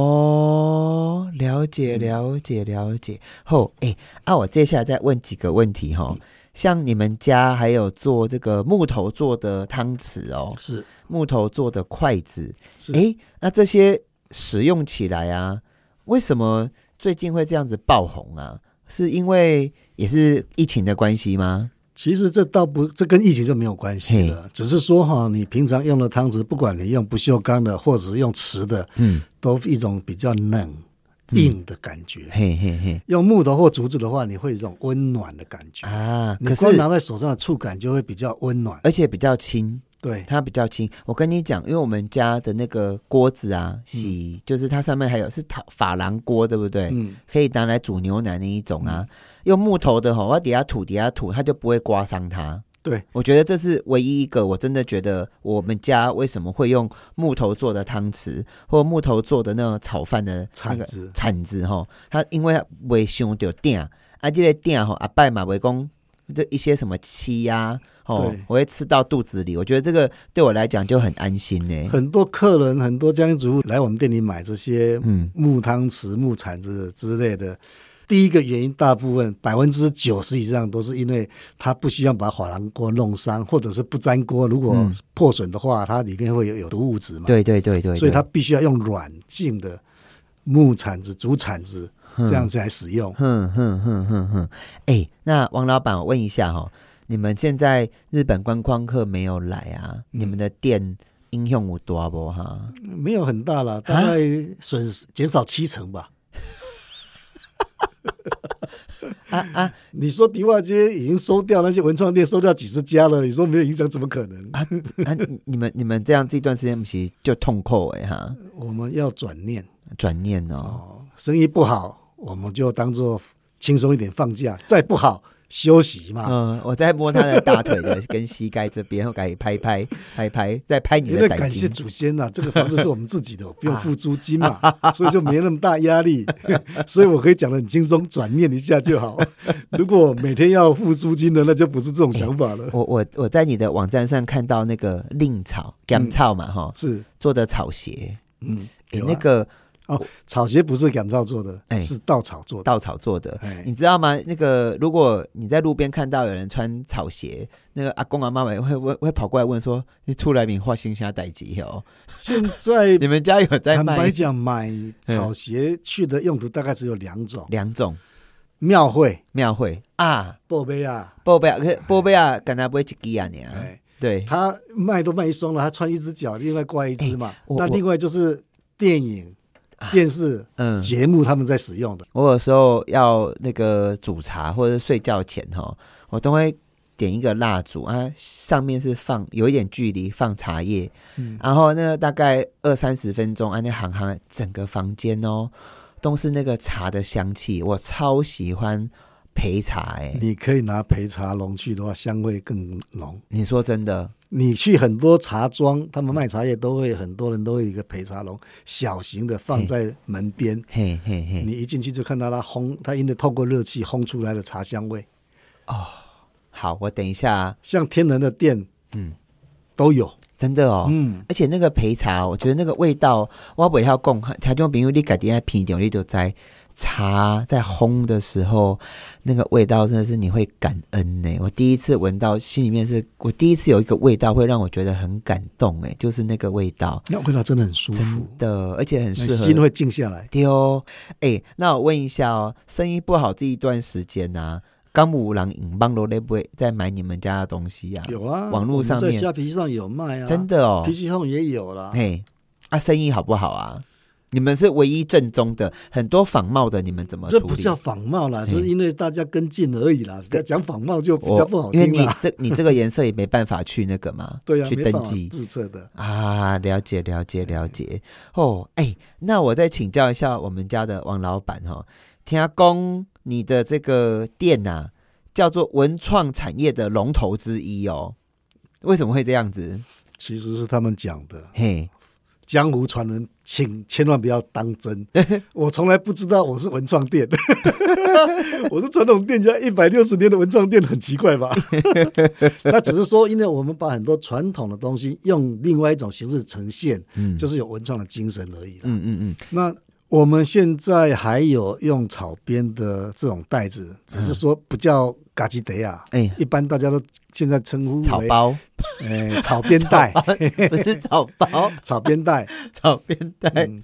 [SPEAKER 1] 哦，了解了解了解。后哎、啊，我接下来再问几个问题哈、哦像你们家还有做这个木头做的汤匙哦，
[SPEAKER 2] 是
[SPEAKER 1] 木头做的筷子，
[SPEAKER 2] 是
[SPEAKER 1] 哎、那这些使用起来啊，为什么最近会这样子爆红啊？是因为也是疫情的关系吗？
[SPEAKER 2] 其实这倒不，这跟疫情就没有关系了，只是说哈，你平常用的汤匙，不管你用不锈钢的或者是用瓷的，
[SPEAKER 1] 嗯，
[SPEAKER 2] 都一种比较冷硬的感觉。
[SPEAKER 1] 嘿嘿嘿
[SPEAKER 2] 用木头或竹子的话，你会有一种温暖的感觉。
[SPEAKER 1] 啊，
[SPEAKER 2] 你
[SPEAKER 1] 可
[SPEAKER 2] 光
[SPEAKER 1] 是哎
[SPEAKER 2] 拿在手上的触感就会比较温暖。
[SPEAKER 1] 而且比较轻，
[SPEAKER 2] 对，
[SPEAKER 1] 它比较轻。我跟你讲，因为我们家的那个锅子啊，
[SPEAKER 2] 嗯
[SPEAKER 1] 洗、就是它上面还有是塔珐琅锅，对不对？
[SPEAKER 2] 嗯，
[SPEAKER 1] 可以拿来煮牛奶那一种啊。用木头的吼，我底下土底下土，它就不会刮伤它。
[SPEAKER 2] 对，
[SPEAKER 1] 我觉得这是唯一一个我真的觉得我们家为什么会用木头做的汤匙或木头做的那种炒饭的那
[SPEAKER 2] 铲
[SPEAKER 1] 个
[SPEAKER 2] 子
[SPEAKER 1] 铲子吼，它因为未伤着鼎，啊，这个鼎吼阿拜嘛袂讲这一些什么漆呀、哦
[SPEAKER 2] 对，
[SPEAKER 1] 我会吃到肚子里。我觉得这个对我来讲就很安心呢。
[SPEAKER 2] 很多客人、很多家庭主妇来我们店里买这些
[SPEAKER 1] 嗯，
[SPEAKER 2] 木汤匙、木铲子之类的。第一个原因，大部分百分之九十以上都是因为它不需要把珐琅锅弄伤，或者是不粘锅，如果破损的话，它里面会有有毒物质嘛，
[SPEAKER 1] 嗯对对对对对
[SPEAKER 2] 所以它必须要用软性的木铲子、竹铲子
[SPEAKER 1] 嗯
[SPEAKER 2] 这样子来使用。
[SPEAKER 1] 哼哼哼哼哼，哎、那王老板，我问一下哈、哦，你们现在日本观光客没有来啊？
[SPEAKER 2] 嗯
[SPEAKER 1] 你们的店应用有多不哈？
[SPEAKER 2] 没有很大了，大概损失减少七成吧。
[SPEAKER 1] 啊啊
[SPEAKER 2] 你说迪化街已经收掉那些文创店，收掉几十家了，你说没有影响，怎么可能？
[SPEAKER 1] 啊啊！ 你们你们这样这段时间不是就痛苦哎哈？
[SPEAKER 2] 我们要转念。
[SPEAKER 1] 转念哦，
[SPEAKER 2] 哦，生意不好，我们就当做轻松一点放假；再不好，休息嘛。
[SPEAKER 1] 嗯、我在摸他的大腿的跟膝盖这边，我给拍拍 拍拍，再拍你
[SPEAKER 2] 因
[SPEAKER 1] 的
[SPEAKER 2] 为
[SPEAKER 1] 胆
[SPEAKER 2] 感谢
[SPEAKER 1] 经。
[SPEAKER 2] 祖先呐、这个房子是我们自己 的，我不用付租金嘛，
[SPEAKER 1] 啊
[SPEAKER 2] 所以就没那么大压力， 所以我可以讲的很轻松，转念一下 就好。如果每天要付租金的，那就不是这种想法了。
[SPEAKER 1] 我我我在你的网站上看到那个令草、甘草嘛哈、
[SPEAKER 2] 是，
[SPEAKER 1] 做的草鞋，
[SPEAKER 2] 嗯，
[SPEAKER 1] 哎、
[SPEAKER 2] 有啊
[SPEAKER 1] 那个
[SPEAKER 2] 哦，草鞋不是赶造做的，
[SPEAKER 1] 哎
[SPEAKER 2] 是稻草做的。
[SPEAKER 1] 稻草做的，
[SPEAKER 2] 哎
[SPEAKER 1] 你知道吗？那个如果你在路边看到有人穿草鞋，那个阿公阿妈们会会会跑过来问说：“你出来名画新虾仔鸡哦？
[SPEAKER 2] 现在
[SPEAKER 1] 你们家有在
[SPEAKER 2] 坦白
[SPEAKER 1] 卖嗯
[SPEAKER 2] 讲，买草鞋去的用途大概只有两种：
[SPEAKER 1] 两种
[SPEAKER 2] 庙会、
[SPEAKER 1] 庙会啊？
[SPEAKER 2] 报杯啊，
[SPEAKER 1] 波贝亚，可是波贝亚敢才不会去鸡啊你啊？
[SPEAKER 2] 哎，
[SPEAKER 1] 对，
[SPEAKER 2] 他卖都卖一双了，他穿一只脚，另外挂一只嘛。
[SPEAKER 1] 哎我
[SPEAKER 2] 那
[SPEAKER 1] 我
[SPEAKER 2] 另外就是电影、电视、
[SPEAKER 1] 嗯，
[SPEAKER 2] 节目他们在使用的，
[SPEAKER 1] 我有时候要那个煮茶或者睡觉前哈，我都会点一个蜡烛啊，上面是放有一点距离放茶叶，然后那个大概二三十分钟，啊，那行行整个房间哦都是那个茶的香气，我超喜欢焙茶哎、
[SPEAKER 2] 你可以拿焙茶笼去的话，香味更浓。
[SPEAKER 1] 你说真的，
[SPEAKER 2] 你去很多茶庄，他们卖茶叶都会，很多人都会有一个焙茶笼，小型的放在门边。
[SPEAKER 1] 嘿嘿嘿，
[SPEAKER 2] 你一进去就看到它烘，它因为透过热气烘出来的茶香味，
[SPEAKER 1] 好，我等一下啊、
[SPEAKER 2] 像天然的店，嗯，都有，
[SPEAKER 1] 真的哦，
[SPEAKER 2] 嗯，
[SPEAKER 1] 而且那个焙茶，我觉得那个味道，我不要讲，听众朋友你改天在品酒，你就在茶在烘的时候，那个味道真的是你会感恩呢。我第一次闻到，心里面是我第一次有一个味道会让我觉得很感动，哎，就是那个味道，
[SPEAKER 2] 那味道真的很舒服
[SPEAKER 1] 真，的，而且很
[SPEAKER 2] 那
[SPEAKER 1] 适合
[SPEAKER 2] 心会静下来。
[SPEAKER 1] 对哦，哎，那我问一下哦，生意不好这一段时间呐、啊，刚五郎影棒罗会不会再买你们家的东西呀、
[SPEAKER 2] 有啊，
[SPEAKER 1] 网络上
[SPEAKER 2] 我们在
[SPEAKER 1] 面
[SPEAKER 2] 虾皮上有卖啊，
[SPEAKER 1] 真的哦，
[SPEAKER 2] 皮皮控也有啦。
[SPEAKER 1] 嘿，啊，生意好不好啊？你们是唯一正宗的，很多仿冒的，你们怎么处
[SPEAKER 2] 这
[SPEAKER 1] 理？
[SPEAKER 2] 不叫仿冒啦，
[SPEAKER 1] 嘿
[SPEAKER 2] 是因为大家跟进而已啦。讲仿冒就比
[SPEAKER 1] 我
[SPEAKER 2] 较不好
[SPEAKER 1] 因为
[SPEAKER 2] 听
[SPEAKER 1] 你
[SPEAKER 2] 啦。
[SPEAKER 1] 这你这个颜色也没办法去那个嘛，
[SPEAKER 2] 对啊，
[SPEAKER 1] 去
[SPEAKER 2] 没办
[SPEAKER 1] 登
[SPEAKER 2] 法
[SPEAKER 1] 记
[SPEAKER 2] 注册的。
[SPEAKER 1] 啊。了解，了解，了解。哦，哎、那我再请教一下我们家的王老板哦，听公你的这个店呐、啊，叫做文创产业的龙头之一哦，为什么会这样子？
[SPEAKER 2] 其实是他们讲的，
[SPEAKER 1] 嘿，
[SPEAKER 2] 江湖传闻，请千万不要当 真。我从来不知道我是文创店， 我是传统店家一百六十年的文创店，很奇 怪吧？那只是说，因为我们把很多传统的东西用另外一种形式呈现，
[SPEAKER 1] 嗯，
[SPEAKER 2] 就是有文创的精神而已啦。
[SPEAKER 1] 嗯嗯嗯，
[SPEAKER 2] 那我们现在还有用草编的这种袋子，只
[SPEAKER 1] 嗯
[SPEAKER 2] 是说不叫嘎吉德亚，
[SPEAKER 1] 哎、
[SPEAKER 2] 一般大家都现在称呼
[SPEAKER 1] 草
[SPEAKER 2] 为
[SPEAKER 1] 包
[SPEAKER 2] 哎草编袋，
[SPEAKER 1] 不是草包，
[SPEAKER 2] 草编袋。
[SPEAKER 1] 草编带。
[SPEAKER 2] 嗯，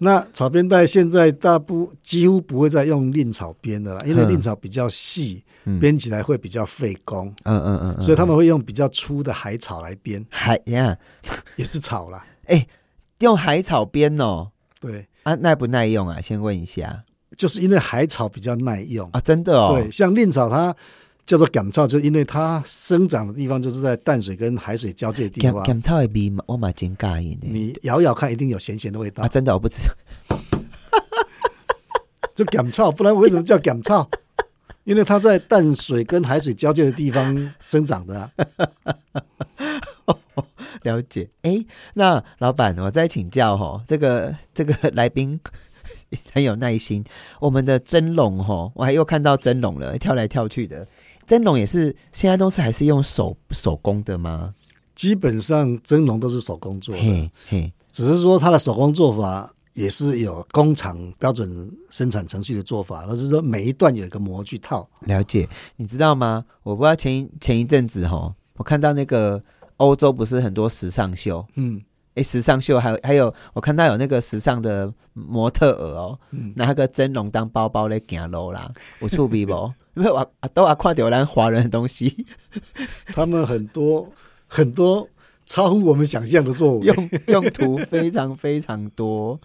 [SPEAKER 2] 那草编袋现在大部几乎不会再用令草编的了，因为
[SPEAKER 1] 嗯
[SPEAKER 2] 令草比较细
[SPEAKER 1] 嗯，
[SPEAKER 2] 编起来会比较费工，
[SPEAKER 1] 嗯嗯嗯嗯，
[SPEAKER 2] 所以他们会用比较粗的海草来编，
[SPEAKER 1] 海呀，
[SPEAKER 2] 也是草啦。
[SPEAKER 1] 用海草编哦，
[SPEAKER 2] 对，
[SPEAKER 1] 啊，耐不耐用啊？先问一下
[SPEAKER 2] 就是因为海草比较耐用。
[SPEAKER 1] 啊，真的哦，
[SPEAKER 2] 对，像令草它叫做感草，就是因为它生长的地方就是在淡水跟海水交界的地嗯
[SPEAKER 1] 咸
[SPEAKER 2] 方，
[SPEAKER 1] 咸草的味嘛，我嘛真介意呢。
[SPEAKER 2] 你咬咬看一定有咸咸的味道。
[SPEAKER 1] 啊，真的我不知道，
[SPEAKER 2] 就感草，不然为什么叫感草？ 因为它在淡水跟海水交界的地方生长的、啊，
[SPEAKER 1] 了解。 哎，那老板，我再请教哦，这个这个来宾 很有耐心。我们的蒸笼哦，我还又看到蒸笼了，跳来跳去的。蒸笼也是现在都是还是用手手工的吗？
[SPEAKER 2] 基本上蒸笼都是手工做的，
[SPEAKER 1] 嘿嘿，
[SPEAKER 2] 只是说它的手工做法也是有工厂标准生产程序的做法，那就是说每一段有一个模具套，
[SPEAKER 1] 了解，你知道吗？我不知道前一前一阵子哈，我看到那个欧洲不是很多时尚秀，
[SPEAKER 2] 嗯，
[SPEAKER 1] 诶，时尚秀还有还有，我看到有那个时尚的模特儿哦，拿个蒸笼当包包来行路啦， 有趣味无？因为我啊都啊看到咱华人的东西，
[SPEAKER 2] 他们很多很多超乎我们想象的作为
[SPEAKER 1] 用。用途非常非常多。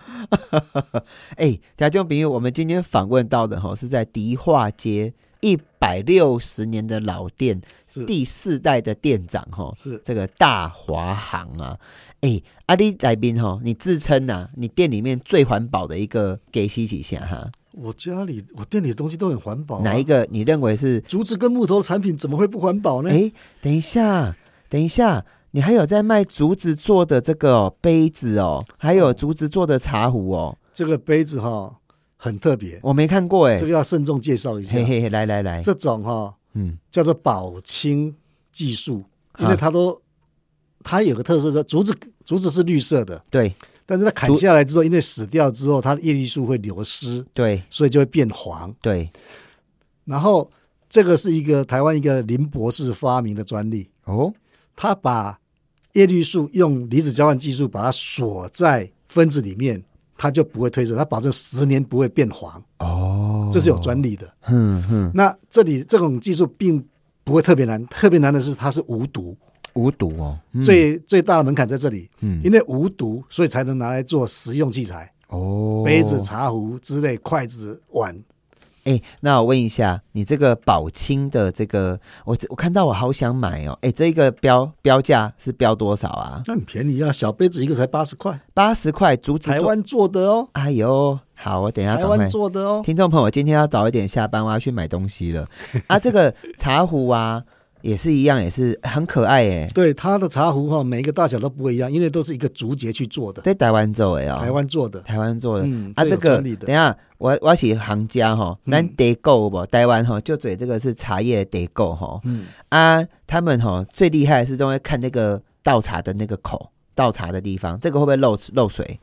[SPEAKER 1] 哎，听众朋友，我们今天访问到的哈是在迪化街一百六十年的老店，
[SPEAKER 2] 是
[SPEAKER 1] 第四代的店长哈，
[SPEAKER 2] 是
[SPEAKER 1] 这个大华行啊，哎，阿里来宾哈，你自称呐、你店里面最环保的一个给洗几下哈，
[SPEAKER 2] 我家里我店里的东西都很环保、啊，
[SPEAKER 1] 哪一个你认为是？
[SPEAKER 2] 竹子跟木头的产品怎么会不环保呢？
[SPEAKER 1] 哎，等一下，等一下，你还有在卖竹子做的这个、哦、杯子哦，还有竹子做的茶壶哦，
[SPEAKER 2] 这个杯子哈、很特别，
[SPEAKER 1] 我没看过哎
[SPEAKER 2] 这，个要慎重介绍一下。
[SPEAKER 1] 嘿嘿哎嘿，来来来，
[SPEAKER 2] 这种哈、
[SPEAKER 1] 嗯，
[SPEAKER 2] 叫做保清技术，因
[SPEAKER 1] 啊
[SPEAKER 2] 为它都它有个特色是竹子，竹子是绿色的，
[SPEAKER 1] 对
[SPEAKER 2] 但是它砍
[SPEAKER 1] 竹
[SPEAKER 2] 下来之后，因为死掉之后，它的叶绿素会流失，
[SPEAKER 1] 对
[SPEAKER 2] 所以就会变黄。
[SPEAKER 1] 对，
[SPEAKER 2] 然后这个是一个台湾一个林博士发明的专利，
[SPEAKER 1] 哦，
[SPEAKER 2] 他把叶绿素用离子交换技术把它锁在分子里面，它就不会褪色，它保证十年不会变黄，
[SPEAKER 1] 哦，
[SPEAKER 2] 这是有专利的。
[SPEAKER 1] 哼哼，
[SPEAKER 2] 那这里这种技术并不会特别难，特别难的是它是无毒。
[SPEAKER 1] 无毒哦，嗯
[SPEAKER 2] 最最大的门槛在这里，
[SPEAKER 1] 嗯
[SPEAKER 2] 因为无毒，所以才能拿来做实用器材，
[SPEAKER 1] 哦
[SPEAKER 2] 杯子、茶壶之类，筷子、碗
[SPEAKER 1] 哎，那我问一下，你这个宝清的这个，我我看到我好想买哦。哎，这个标标价是标多少啊？
[SPEAKER 2] 那很便宜啊，小杯子一个才八十块，
[SPEAKER 1] 八十块，竹子
[SPEAKER 2] 台。湾做的哦，
[SPEAKER 1] 哎呦，好，我等一下
[SPEAKER 2] 台
[SPEAKER 1] 赶快
[SPEAKER 2] 湾。做的哦。
[SPEAKER 1] 听众朋友，今天要早一点下班，我要去买东西了。啊，这个茶壶啊，也是一样，也是很可爱哎，
[SPEAKER 2] 对，它的茶壶哈、每一个大小都不一样，因为都是一个竹节去做的，
[SPEAKER 1] 在台湾做哎哦，
[SPEAKER 2] 台湾做的。
[SPEAKER 1] 台湾做的。
[SPEAKER 2] 嗯，
[SPEAKER 1] 啊，
[SPEAKER 2] 有
[SPEAKER 1] 这个
[SPEAKER 2] 专利
[SPEAKER 1] 等一
[SPEAKER 2] 的，
[SPEAKER 1] 下，我我是行家哈，
[SPEAKER 2] 嗯
[SPEAKER 1] 咱得购不？台湾哈，就嘴这个是茶叶得购哈
[SPEAKER 2] 嗯，
[SPEAKER 1] 啊，他们哈最厉害的是都会看那个倒茶的那个口，倒茶的地方，这个会不会漏漏水？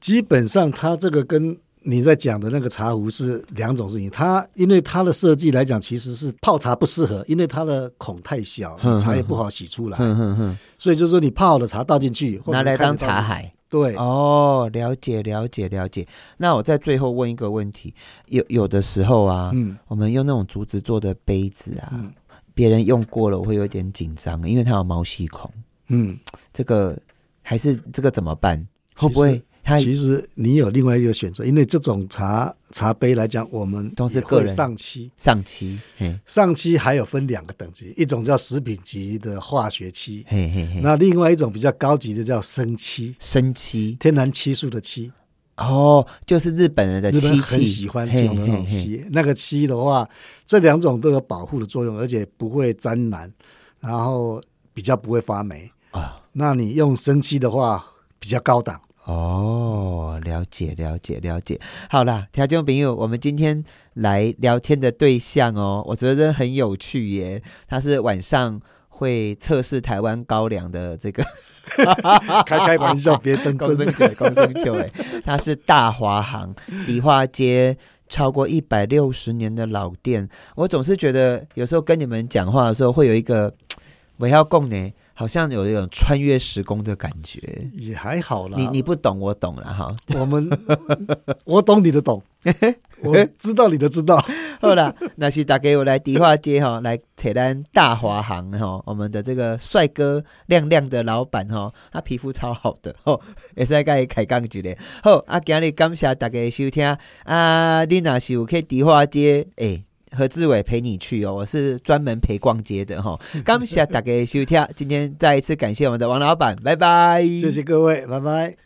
[SPEAKER 2] 基本上它这个跟你在讲的那个茶壶是两种事情。它因为它的设计来讲，其实是泡茶不适合，因为它的孔太小，
[SPEAKER 1] 嗯
[SPEAKER 2] 你茶也不好洗出来，
[SPEAKER 1] 哼哼哼，
[SPEAKER 2] 所以就是说你泡好的茶倒进去，或者
[SPEAKER 1] 拿来
[SPEAKER 2] 你看
[SPEAKER 1] 当
[SPEAKER 2] 得到
[SPEAKER 1] 茶海。
[SPEAKER 2] 对，
[SPEAKER 1] 哦，了解了解了解。那我在最后问一个问题，有有的时候啊，
[SPEAKER 2] 嗯，
[SPEAKER 1] 我们用那种竹子做的杯子啊，
[SPEAKER 2] 嗯
[SPEAKER 1] 别人用过了，我会有点紧张，因为它有毛细孔。
[SPEAKER 2] 嗯，
[SPEAKER 1] 这个还是这个怎么办？
[SPEAKER 2] 其实
[SPEAKER 1] 会不会它
[SPEAKER 2] 其实你有另外一个选择，因为这种茶茶杯来讲，我们
[SPEAKER 1] 都是
[SPEAKER 2] 也
[SPEAKER 1] 个
[SPEAKER 2] 会
[SPEAKER 1] 人
[SPEAKER 2] 上漆，
[SPEAKER 1] 上漆？嘿，
[SPEAKER 2] 上漆还有分两个等级，一种叫食品级的化学漆，
[SPEAKER 1] 嘿嘿嘿，
[SPEAKER 2] 那另外一种比较高级的叫生漆，
[SPEAKER 1] 生漆
[SPEAKER 2] 天然漆素的漆，
[SPEAKER 1] 哦，就是日本人的
[SPEAKER 2] 日本人
[SPEAKER 1] 漆
[SPEAKER 2] 很
[SPEAKER 1] 器，
[SPEAKER 2] 喜欢这种的那种
[SPEAKER 1] 嘿嘿嘿
[SPEAKER 2] 漆。那个漆的话，这两种都有保护的作用，而且不会沾染，然后比较不会发霉。
[SPEAKER 1] 啊。
[SPEAKER 2] 那你用生漆的话，比较 高档。
[SPEAKER 1] 哦，了解了解了解。好啦，条件朋友，我们今天来聊天的对象哦，我觉得很有趣耶。他是晚上会测试台湾高粱的这个
[SPEAKER 2] 开开玩笑，别 当
[SPEAKER 1] 公
[SPEAKER 2] 真。
[SPEAKER 1] 升酒，公升酒，哎，它是大华行迪化街超过一百六十年的老店。我总是觉得有时候跟你们讲话的时候，会有一个我要共呢，好像有一种穿越时空的感觉。
[SPEAKER 2] 也还好啦。
[SPEAKER 1] 你你不懂，我懂了哈。
[SPEAKER 2] 我们 我懂你 的懂，我知道你的知道。
[SPEAKER 1] 好啦，那是大家我来迪化街哈、来扯咱大华行哈、我们的这个帅哥亮亮的老板哈、他皮肤超好的吼，也是甲伊开讲一下。好，啊，今日感谢大家的收听啊，你若是有去迪化街诶。何志伟陪你去哦，我是专门陪逛街的哈、感谢大家的收听，今天再一次感谢我们的王老板，拜拜，
[SPEAKER 2] 谢谢各位，拜拜。